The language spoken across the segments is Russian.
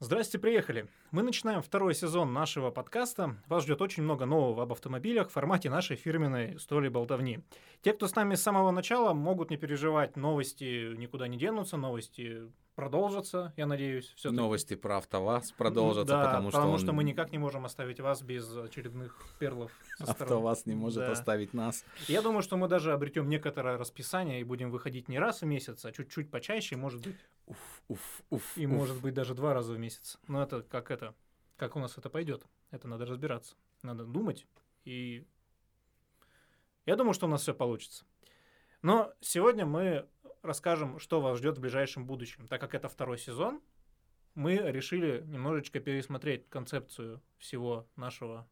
Здрасте, приехали. Мы начинаем второй сезон нашего подкаста. Вас ждет очень много нового об автомобилях в формате нашей фирменной «Столи болтовни». Те, кто с нами с самого начала, могут не переживать. Новости никуда не денутся, новости продолжатся, я надеюсь. все Новости про АвтоВАЗ Ну, продолжатся, Ну да, потому, что, он- что мы никак не можем оставить вас без очередных перлов со стороны. АвтоВАЗ не может Да. оставить нас. Я думаю, что мы даже обретем некоторое расписание и будем выходить не раз в месяц, а чуть-чуть почаще, может быть, Уф, уф, уф, и уф. может быть даже два раза в месяц. Но это как это, как у нас это пойдет? Это надо разбираться, надо думать и я думаю, что у нас все получится. Но сегодня мы расскажем, что вас ждет в ближайшем будущем, так как это второй сезон. Мы решили немножечко пересмотреть концепцию всего нашего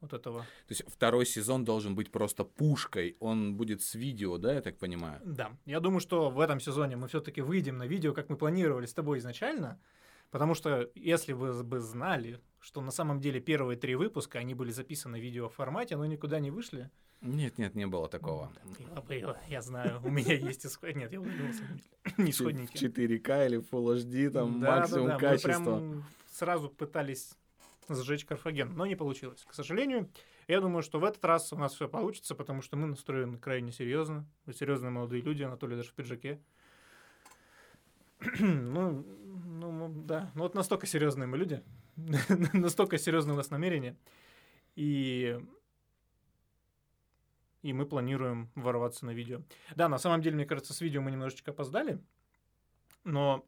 вот этого. То есть второй сезон должен быть просто пушкой. Он будет с видео, да, я так понимаю? Да, я думаю, что в этом сезоне мы все-таки выйдем на видео, как мы планировали с тобой изначально, потому что если вы бы знали, что на самом деле первые три выпуска, они были записаны в видеоформате, но никуда не вышли. Нет, нет, не было такого. Да, было, было, я знаю, у меня есть исход... Нет, я улыбнулся. Не В исходники. 4К или Full HD, там Да, да, максимум да, мы качества. прям сразу пытались сжечь Карфаген, но не получилось, к сожалению. Я думаю, что в этот раз у нас все получится, потому что мы настроены крайне серьезно. Вы серьезные молодые люди, Анатолий даже в пиджаке. ну, ну, м, да. Ну, вот настолько серьезные мы люди. настолько серьезные у нас намерения. И и мы планируем ворваться на видео. Да, на самом деле, мне кажется, с видео мы немножечко опоздали, но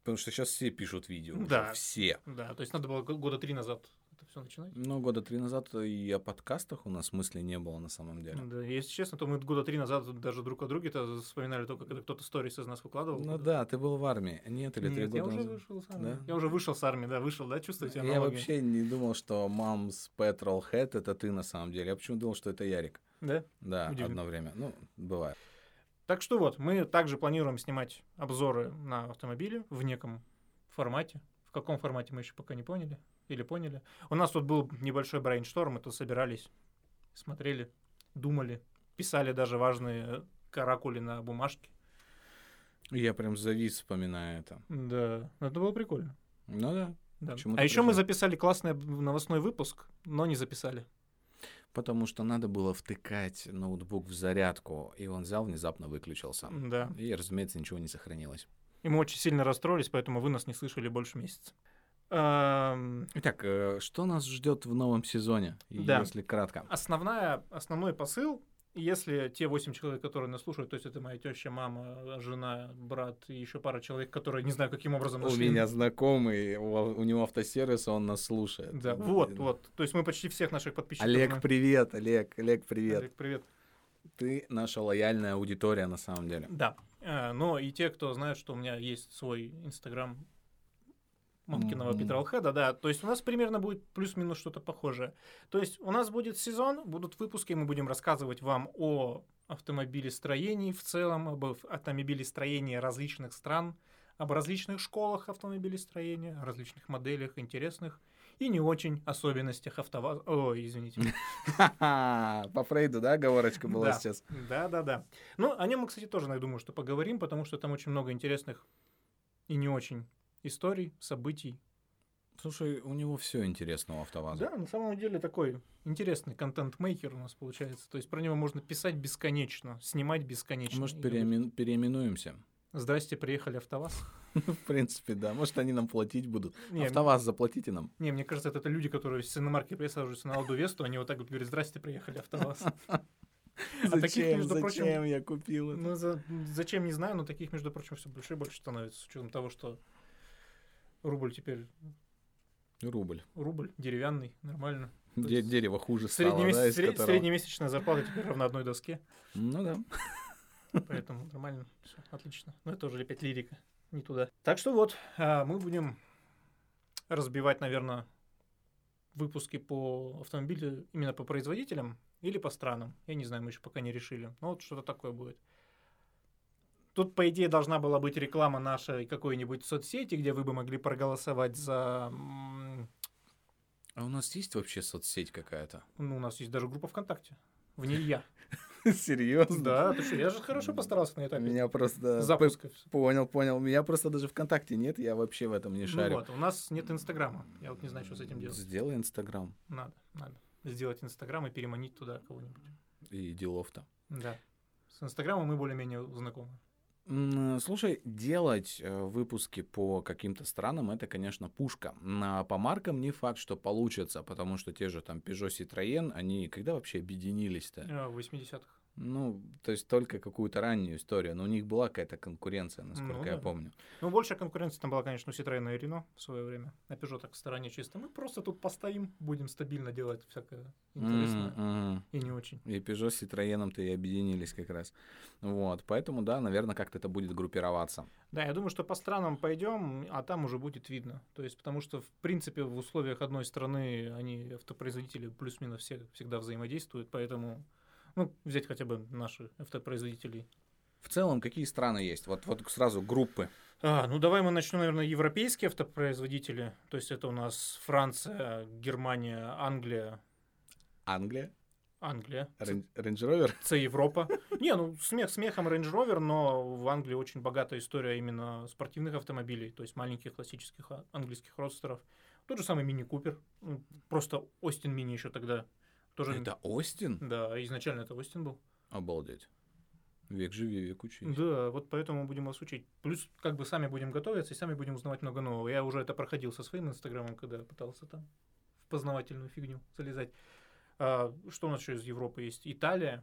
Потому что сейчас все пишут видео. уже, Да. Все. Да, то есть надо было го- года три назад это все начинать. Ну, года три назад и о подкастах у нас мысли не было на самом деле. Да, если честно, то мы года три назад даже друг о друге-то вспоминали только, когда кто-то сторис из нас выкладывал. Ну куда-то. да, ты был в армии. Нет, или три Нет, я года уже назад. вышел с армии. Да? Я уже вышел с армии, да, вышел, да, чувствуете Я аналогию? вообще не думал, что Мамс Petrol Head это ты на самом деле. Я почему думал, что это Ярик. Да? Да, Удивительно. одно время. Ну, бывает. Так что вот, мы также планируем снимать обзоры на автомобили в неком формате. В каком формате мы еще пока не поняли. Или поняли. У нас тут был небольшой брейншторм, мы тут собирались, смотрели, думали, писали даже важные каракули на бумажке. И Я прям завис, вспоминая это. Да, ну это было прикольно. Ну да. Да. Почему-то А еще мы прикольно. записали классный об- новостной выпуск, но не записали. Потому что надо было втыкать ноутбук в зарядку, и он взял, внезапно выключился. Да. И, разумеется, ничего не сохранилось. И мы очень сильно расстроились, поэтому вы нас не слышали больше месяца. Эм, Итак, э, что нас ждет в новом сезоне, Да. если кратко? Основная, основной посыл, если те восемь человек, которые нас слушают, то есть это моя теща, мама, жена, брат и еще пара человек, которые не знаю, каким образом У нашли. меня знакомый, у ав- у него автосервис, он нас слушает. Да, вот, вот. То есть мы почти всех наших подписчиков... мы- Олег, привет, Олег, Олег, привет. Олег, привет. Ты наша лояльная аудитория на самом деле. Да. Э, Но и те, кто знает, что у меня есть свой инстаграм Мамкиного Мгм. Петралхеда, да. То есть у нас примерно будет плюс-минус что-то похожее. То есть у нас будет сезон, будут выпуски, мы будем рассказывать вам о автомобилестроении в целом, об ав- автомобилестроении различных стран, об различных школах автомобилестроения, о различных моделях интересных и не очень особенностях автоваза. Ой, извините. Ха-ха, По Фрейду, да, оговорочка была Да. сейчас? Да, да, да. Ну, о нем мы, кстати, тоже, я думаю, что поговорим, потому что там очень много интересных и не очень историй, событий. Слушай, у него все интересно у АвтоВАЗа. Да, на самом деле такой интересный контент-мейкер у нас получается. То есть про него можно писать бесконечно, снимать бесконечно. Может, И говорить, переимен- переименуемся? Здрасте, приехали АвтоВАЗ. В принципе, да. Может, они нам платить будут. Не, АвтоВАЗ, заплатите нам. не, мне кажется, это, это люди, которые с иномарки присаживаются на Алду Весту, они вот так вот говорят, здрасте, приехали АвтоВАЗ. А таких, между прочим, я купил это? Ну, за- зачем, не знаю, но таких, между прочим, все больше и больше становится, с учетом того, что рубль теперь ну, Рубль. рубль деревянный, нормально. То Де- есть Дерево хуже стало, Среднемес- да, из сре- которого- Среднемесячная зарплата теперь равна одной доске, Ну да. поэтому нормально, все отлично. Но это уже опять лирика, не туда. Так что вот, а, мы будем разбивать, наверное, выпуски по автомобилю именно по производителям или по странам. Я не знаю, мы еще пока не решили. Но вот что-то такое будет. Тут, по идее, должна была быть реклама нашей какой-нибудь соцсети, где вы бы могли проголосовать за... м, А у нас есть вообще соцсеть какая-то? Ну, у нас есть даже группа ВКонтакте. В ней я. Серьезно? Да, ты что, я же хорошо постарался на этапе Меня просто... запуска. Понял, понял. Меня просто даже ВКонтакте нет, я вообще в этом не Ну шарю. вот, у нас нет Инстаграма. Я вот не знаю, что с этим делать. Сделай Инстаграм Надо, надо. Сделать Инстаграм и переманить туда кого-нибудь. и делов-то. Да. С Инстаграмом мы более-менее знакомы. М, э, Слушай, делать э, выпуски по каким-то странам это, конечно, пушка. На, по маркам не факт, что получится, потому что те же там Peugeot Citroën, они когда вообще объединились-то? Э, В 80-х. Ну, то есть только какую-то раннюю историю, но у них была какая-то конкуренция, насколько Ну я да. помню. Ну, больше конкуренции там была, конечно, у Citroёn и Renault в свое время. На Peugeot так в стороне чисто. Мы просто тут постоим, будем стабильно делать всякое интересное М, м. и не очень. И Peugeot с Citroën-то и объединились как раз. Вот, поэтому, да, наверное, как-то это будет группироваться. Да, я думаю, что по странам пойдем, а там уже будет видно. То есть, потому что, в принципе, в условиях одной страны они, автопроизводители, плюс-минус все как всегда взаимодействуют, поэтому, ну, взять хотя бы наши автопроизводителей. В целом, какие страны есть? Вот, вот сразу группы. А, ну, давай мы начнем, наверное, европейские автопроизводители. То есть, это у нас Франция, Германия, Англия, Англия, Англия, Рен- Range Rover. Це Европа. Не, ну смех смехом Range Rover, но в Англии очень богатая история именно спортивных автомобилей, то есть маленьких классических а- английских родстеров. Тот же самый Мини Купер, ну, просто Остин Мини еще тогда. Тоже... Это Остин? Да, изначально это Остин был. Обалдеть. Век живи, век учись. Да, вот поэтому будем вас учить. Плюс как бы сами будем готовиться и сами будем узнавать много нового. Я уже это проходил со своим инстаграмом, когда пытался там в познавательную фигню залезать. А, что у нас еще из Европы есть? Италия.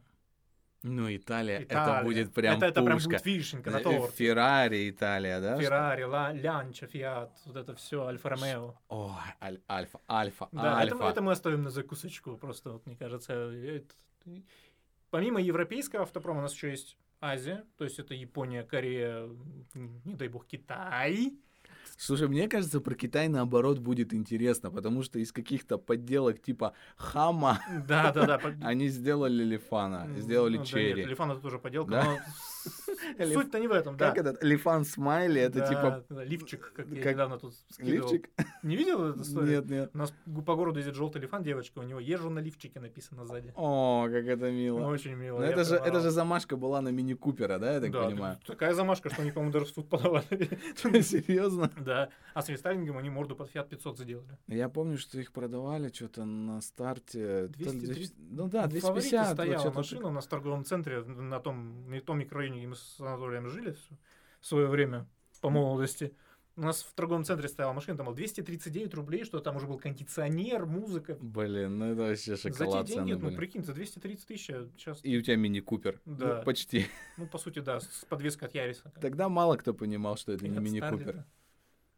Ну, Италия, это Италия. будет прям это, это прям пушка. будет вишенка на Э, торте. Феррари Италия, да? Феррари, Ла, Лянча, Фиат, вот это все, Альфа Ромео. О, аль- Альфа, Альфа, Да, это, Альфа. мы- это мы оставим на закусочку, просто, вот, мне кажется. это- Помимо европейского автопрома у нас еще есть Азия, то есть это Япония, Корея, м, не дай бог, Китай. Слушай, мне кажется, про Китай наоборот будет интересно, потому что из каких-то подделок типа хама Да, да, да. по- они сделали лифана, А, сделали Ну да черри. нет, Лифан это тоже поделка, Да? но с- Лиф- суть-то не в этом, да. Как этот лифан смайли, это Да, типа да, лифчик, как я как недавно тут скидывал. лифчик? Не видел эту историю? Нет, нет. У нас г- по городу ездит желтый лифан, девочка, у него езжу на лифчике написано сзади. Ну, О, как это мило. Очень мило. Но я это же, прям это орал. же замашка была на мини Купера, да, я так Да, понимаю? т- Такая замашка, что они, по-моему, даже в суд подавали. Серьезно? Да. А с рестайлингом они морду под Fiat 500 сделали. Я помню, что их продавали что-то на старте. то ли 230. 200, Ну да, В фаворите 250. вот стояла что-то машина у нас в торговом центре, на том, на том микрорайоне, где мы с Анатолием жили в свое время, по молодости. У нас в торговом центре стояла машина, там было 239 рублей, что там уже был кондиционер, музыка. так- Блин, ну это вообще За те шоколад деньги, цены ну были. прикинь, за 230 тысяч сейчас, И у тебя мини-купер. Да. Ну, почти. ну по сути, да, с подвеской от Яриса. Тогда мало кто понимал, что это Или не от мини-купер. Старлета.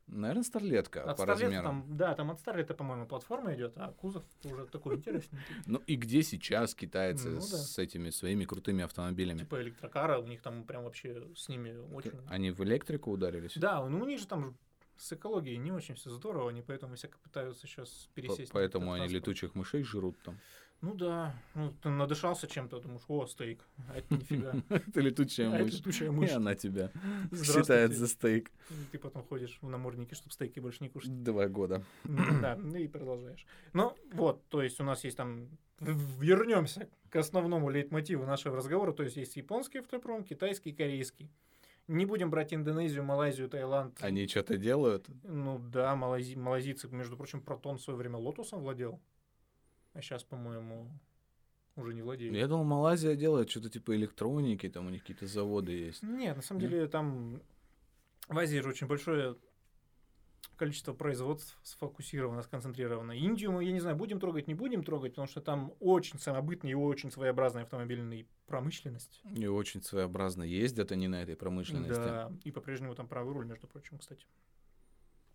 Наверное, старлетка От по Старлета размерам. А там, да, там от Старлета, по-моему, платформа идет, а кузов уже такой интересный. Ну и где сейчас китайцы Ну да. с этими своими крутыми автомобилями? Э, типа электрокара, у них там прям вообще с ними очень... Они в электрику ударились? Типа Да, ну у них же там ж- с экологией не очень все здорово, они поэтому всяко пытаются сейчас По- пересесть. на Поэтому они электротранспорт. летучих мышей жрут там. Ну да, ну ты надышался чем-то, думаешь, о, стейк, а это нифига. Это летучая А это мышь. ну. летучая И мышь. она тебя Здравствуйте. считает за стейк. И Ты потом ходишь в наморднике, чтобы стейки больше не кушать. Два года. Ну Да, ну и продолжаешь. Ну вот, то есть у нас есть там... Вернемся к основному лейтмотиву нашего разговора. То есть есть японский автопром, китайский, корейский. Не будем брать Индонезию, Малайзию, Таиланд. Они что-то делают? Ну да, малази- малазийцы, между прочим, Протон в свое время Лотусом владел. А сейчас, по-моему, уже не владеет. Я думал, Малайзия делает что-то типа электроники, там у них какие-то заводы есть. Нет, на самом Нет? деле там в Азии же очень большое количество производств сфокусировано, сконцентрировано. Индию мы, я не знаю, будем трогать, не будем трогать, потому что там очень самобытная и очень своеобразная автомобильная промышленность. И очень своеобразно ездят они на этой промышленности. Да, и по-прежнему там правый руль, между прочим, кстати.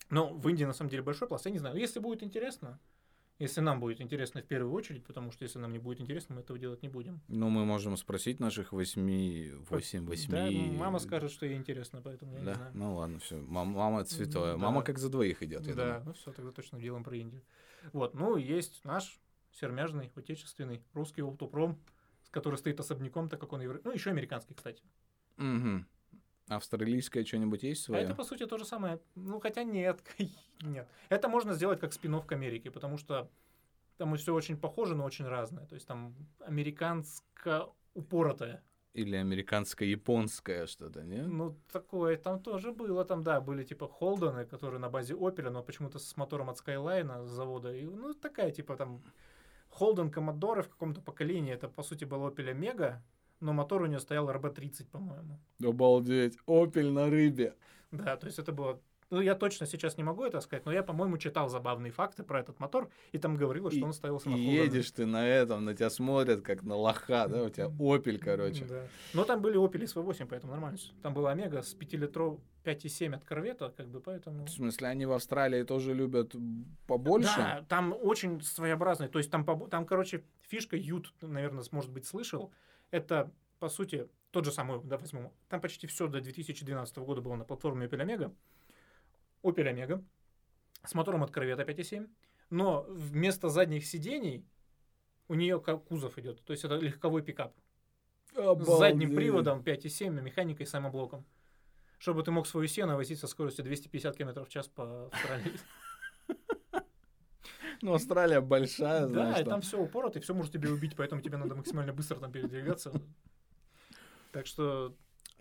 Но в Индии на самом деле большой пласт, я не знаю. Если будет интересно, если нам будет интересно в первую очередь, потому что если нам не будет интересно, мы этого делать не будем. Ну, мы можем спросить наших восьми, восемь, восьми. Да, ну, мама скажет, что ей интересно, поэтому я не Да, знаю. ну ладно, все. Мама святое. Да. Мама как за двоих идет, я да, думаю. ну все, тогда точно делаем про Индию. Вот, ну и есть наш сермяжный, отечественный, русский автопром, с который стоит особняком, так как он евро... Ну, еще американский, кстати. Мгм. Австралийское что-нибудь есть А свое? это, по сути, то же самое. Ну, хотя нет, нет. Это можно сделать как спин к Америке, потому что Там все очень похоже, но очень разное. То есть там американско упоротое. Или американско-японское что-то, не? Ну, такое там тоже было. Там, да, были типа Холдены, которые на базе Opel, но почему-то с мотором от Skyline с завода. И, ну, такая типа там Холден Коммодоры в каком-то поколении. Это, по сути, был Opel Мега, но мотор у нее стоял РБ-30, по-моему. Обалдеть, опель на рыбе. Да, то есть это было... Ну, я точно сейчас не могу это сказать, но я, по-моему, читал забавные факты про этот мотор, и там говорилось, что он стоял И на Холдене. едешь ты на этом, на тебя смотрят, как на лоха, да, у тебя опель, короче. Да. Но там были Opel S8, поэтому нормально. всё. Там была Омега с 5 литров 5,7 от Корвета, как бы, поэтому... В смысле, они в Австралии тоже любят побольше? Да, там очень своеобразный. То есть там, побо- там короче, фишка Ют, наверное, может быть, слышал. Это, по сути, тот же самый, да, возьмем. Там почти все до 2012 года было на платформе Opel Omega. Opel Omega с мотором от Corvette 5.7. Но вместо задних сидений у нее кузов идет. То есть это легковой пикап. С задним приводом 5,7, механикой и самоблоком. Чтобы ты мог свою сено возить со скоростью 250 км в час по Австралии. Ну, Австралия большая, знаешь. Да, и там. там все упорото, и все может тебя убить, поэтому тебе надо максимально быстро там передвигаться. Так что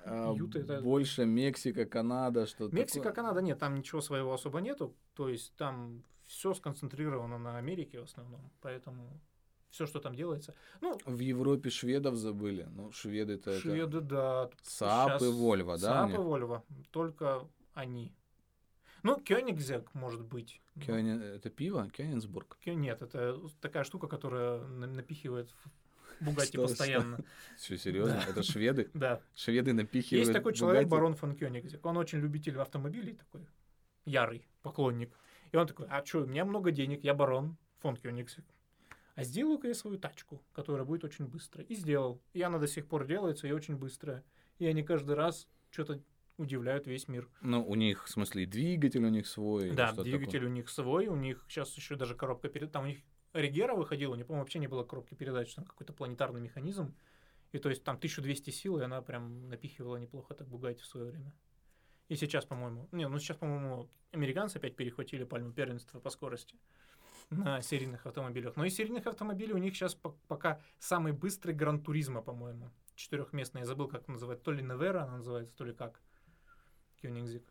А, Юта это- Больше Мексика, Канада, что-то Мексика, такое. Канада, нет, там ничего своего особо нету. То есть там все сконцентрировано на Америке в основном. Поэтому все, что там делается. Ну, В Европе шведов забыли. Ну, шведы-то это- шведы, да. Saab и щас- Volvo, да, Saab у и них? Volvo. Только они. Ну, Кёнигзек, может быть. Ну, Кёни- Это пиво? Кёнигсбург. Кё- Нет, это такая штука, которая на- напихивает в Бугатти Что, что? постоянно. Все серьезно? Да. Это шведы? Да, Шведы напихивают Есть такой человек, Bugatti? барон фон Кёнигзек. Он очень любитель автомобилей такой, ярый поклонник. И он такой, а что, у меня много денег, я барон фон Кёнигзек. А сделаю-ка я свою тачку, которая будет очень быстро. И сделал. И она до сих пор делается, и очень быстрая. И они каждый раз что-то удивляют весь мир. Ну, у них, в смысле, и двигатель у них свой. и да, что-то двигатель у них свой, у них сейчас еще даже коробка перед... Там у них Регера выходила, у них, по-моему, вообще не было коробки передач, там какой-то планетарный механизм. И то есть там 1200 сил, и она прям напихивала неплохо так Бугатти в свое время. И сейчас, по-моему... Не, ну сейчас, по-моему, американцы опять перехватили пальму первенства по скорости на серийных автомобилях. Но и серийных автомобилей у них сейчас пока самый быстрый Гран Туризма, по-моему. Четырехместный. Я забыл, как называется. То ли Невера она называется, то ли как. Кёнигзик.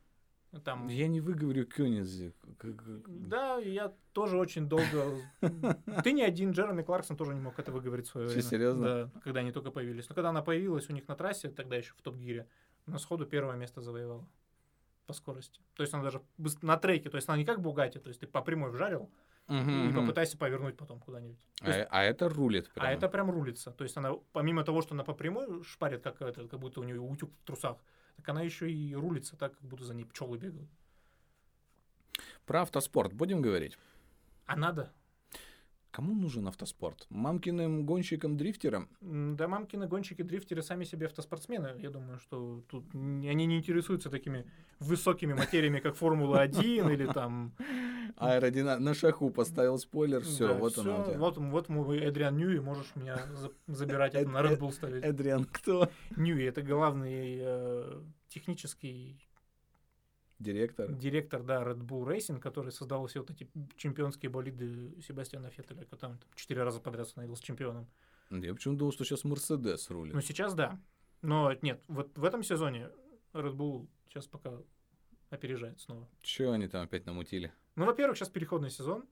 Там такое. Я не выговорю Кёнигсберг. Как- как- да, я тоже очень долго... Ты не один, Джереми Кларксон тоже не мог это выговорить в свое Че, время. серьезно? Да, когда они только появились. Но когда она появилась у них на трассе, тогда еще в топ-гире, на сходу первое место завоевала по скорости. То есть она даже быс- на треке, то есть она не как Бугати, то есть ты по прямой вжарил Мгм, и мгм. попытайся повернуть потом куда-нибудь. То А, есть- а это рулит прямо. а это прям рулится. То есть она, помимо того, что она по прямой шпарит, как, это, как будто у нее утюг в трусах, так она еще и рулится так, как будто за ней пчелы бегают. Про автоспорт будем говорить? А надо? Кому нужен автоспорт? Мамкиным гонщикам-дрифтерам? М, Да, мамкины гонщики-дрифтеры сами себе автоспортсмены. Я думаю, что тут н- они не интересуются такими высокими материями, как Формула-1 или там... Аэродина... На шаху поставил спойлер, все, да, вот всё. оно у тебя. Вот, вот мой Эдриан Ньюи, можешь меня за- забирать это на э, Red Bull ставить. Эдриан кто? Ньюи — это главный э, технический Директор. директор, да, Red Bull Racing, который создал все вот эти чемпионские болиды Себастьяна Феттеля, который там четыре раза подряд становился чемпионом. Я почему думал, что сейчас Мерседес Ну, рулит. сейчас да. Но нет, вот в этом сезоне Red Bull сейчас пока опережает снова. Че они там опять намутили? Ну, во-первых, сейчас переходный сезон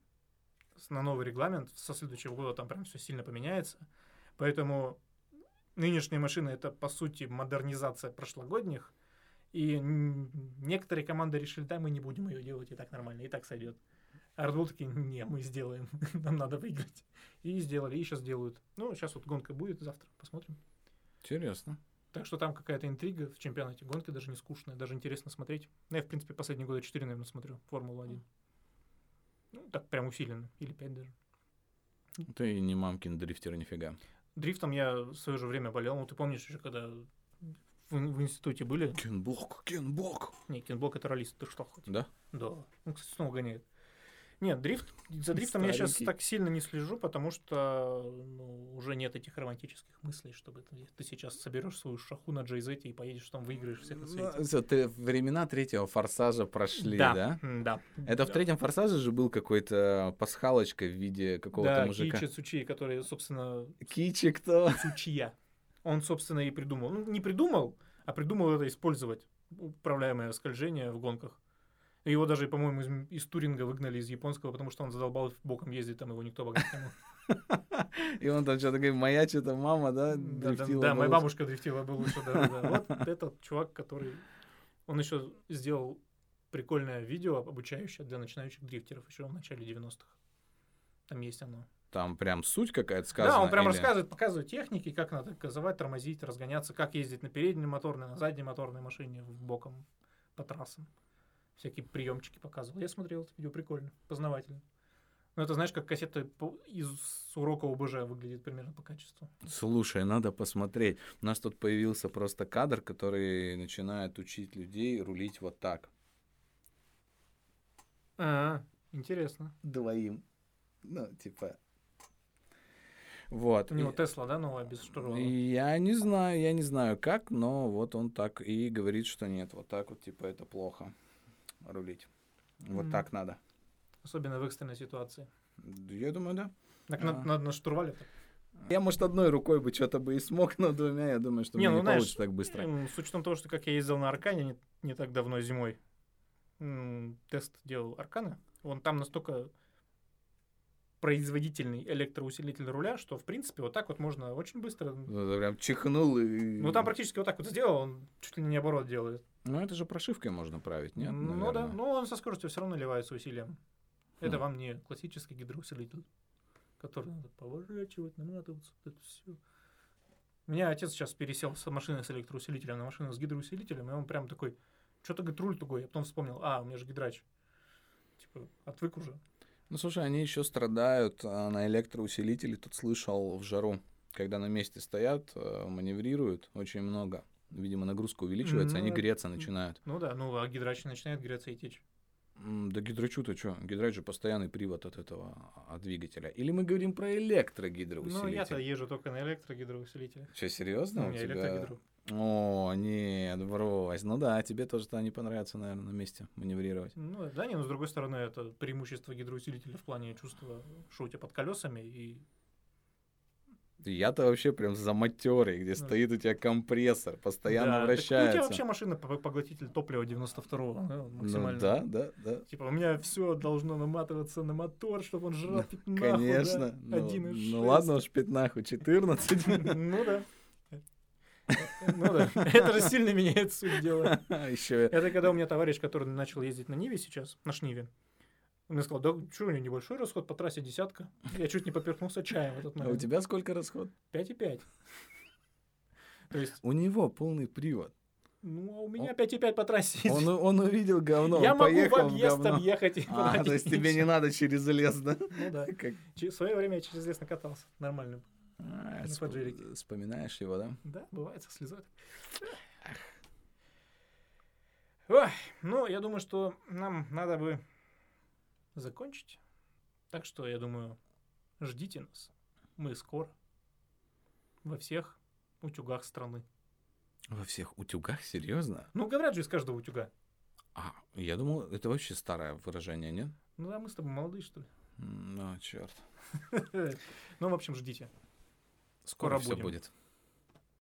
с- на новый регламент. Со следующего года там прям все сильно поменяется. Поэтому нынешние машины — это, по сути, модернизация прошлогодних. И н- некоторые команды решили, да, мы не будем ее делать, и так нормально, и так сойдет. А Red Bull такие, не, мы сделаем, нам надо выиграть. И сделали, и сейчас делают. Ну, сейчас вот гонка будет, завтра посмотрим. Интересно. Так что там какая-то интрига в чемпионате. Гонки даже не скучная, даже интересно смотреть. Ну, я, в принципе, последние года 4, наверное, смотрю Формулу-1. Ну, так прям усиленно. Или 5 даже. Ты не мамкин дрифтер нифига. Дрифтом я в свое же время болел. Ну, ты помнишь еще, когда в, в институте были? Кенбок, Кенбок. Не, кинблок это ролист, ты что хоть? Да? Да. Он, кстати, снова гоняет. Нет, дрифт, за дрифтом я сейчас Старенький. так сильно не слежу, потому что ну, уже нет этих романтических мыслей, чтобы ты, ты сейчас соберешь свою шаху на Джейзете и поедешь там, выиграешь всех на свете. Ну, всё, ты- времена третьего форсажа прошли, да? м, да. Это в третьем форсаже же был какой-то пасхалочка в виде какого-то Да, мужика. Кичи Цучи, который, собственно, Кичи кто? Цучия. Он, собственно, и придумал. Ну, не придумал, а придумал это использовать. Управляемое скольжение в гонках. И Его даже, по-моему, из, м- из Туринга выгнали из японского, потому что он задолбал боком ездить, там его никто обогнать не мог. И он там что-то говорит, моя что-то мама, да, Да, да, дрифтила Да, на моя лодке». бабушка дрифтила бы лучше. да, да, да. Вот этот чувак, который... Он еще сделал прикольное видео обучающее для начинающих дрифтеров еще в начале 90-х. Там есть оно. Там прям суть какая-то сказана. Да, он прям или- рассказывает, показывает техники, как надо газовать, тормозить, разгоняться, как ездить на передней моторной, на задней моторной машине, в боком по трассам. Всякие приемчики показывал. Я смотрел это видео, прикольно, познавательно. Но это, знаешь, как кассета по- из урока ОБЖ выглядит примерно по качеству. Слушай, надо посмотреть. У нас тут появился просто кадр, который начинает учить людей рулить вот так. А, интересно. Двоим. Ну, типа... Вот. У него И- Тесла, да, новая без штурвала? Я не знаю, я не знаю как, но вот он так и говорит, что нет, вот так вот, типа, это плохо рулить. Вот М. так надо. Особенно в экстренной ситуации. Д- Я думаю, да. Так А. надо, надо на штурвале. так. Я, может, одной рукой бы что-то бы и смог, но двумя, я думаю, что Не, мне ну, не знаешь, получится так быстро. М, С учетом того, что как я ездил на Аркане не, не так давно зимой, м, тест делал Аркана, он там настолько производительный электроусилитель руля, что, в принципе, вот так вот можно очень быстро... Ну, ты прям чихнул и... Ну, там практически вот так вот сделал, он чуть ли не оборот делает. Ну, это же прошивкой можно править, нет? ну, да, наверное? но он со скоростью все равно наливается усилием. Это Хм. вам не классический гидроусилитель, который надо поворачивать, наматываться, вот это все. У меня отец сейчас пересел с машины с электроусилителем на машину с гидроусилителем, и он прям такой, что-то, говорит, руль тугой. Я потом вспомнил, а, у меня же гидрач. Типа, отвык уже. Ну, слушай, они еще страдают а, на электроусилителе, тут слышал, в жару. Когда на месте стоят, э, маневрируют очень много. Видимо, нагрузка увеличивается, они Ну, греться начинают. Ну да, ну а гидрач начинает греться и течь. М, Да гидрачу-то что? Гидрач же постоянный привод от этого а, от двигателя. Или мы говорим про Ну, я-то электрогидроусилитель? езжу только на электрогидроусилителе. Ну, Что, серьезно? у меня электрогидро. О, нет, брось. Ну да, тебе тоже-то не понравится, наверное, на месте маневрировать. Ну, да, не, но с другой стороны, это преимущество гидроусилителя в плане чувства, что у тебя под колесами, и Я-то вообще прям за матерый, где Ну. стоит у тебя компрессор, Да, постоянно так У тебя вообще вращается. машина по- поглотитель топлива 92-го, да, Ну максимально. да, да, да. Типа, у меня все должно наматываться на мотор, чтобы он жрал пятнаху, да, Конечно. Ну, 1,6. ну ладно уж, пятнаху, 14. Ну да. Ну да. Это же сильно меняет суть дела. Еще Это когда у меня товарищ, который начал ездить на Ниве сейчас, на Шниве, он мне сказал, да что у него небольшой расход по трассе десятка. Я чуть не поперхнулся чаем в этот а у момент. тебя сколько расход? 5,5. То есть, У него полный привод. ну, а у меня 5,5 по трассе. Он, он увидел говно, я он могу в поехал в объезд говно. объехать. и А, то есть тебе платить. не надо через лес, да? Ну да. Как- Че- В свое время я через лес накатался. Нормально. А, Ну, сп- поджарики. Вспоминаешь его, да? Да, бывает со слезой. Ой, ну, я думаю, что нам надо бы закончить. Так что, я думаю, ждите нас. Мы скоро. Во всех утюгах страны. Во всех утюгах, серьезно? Ну, говорят же из каждого утюга. А, я думал, это вообще старое выражение, нет? Ну да, мы с тобой молодые, что ли. М, Ну, черт. Ну, в общем, ждите. Скоро, Скоро все будем. будет.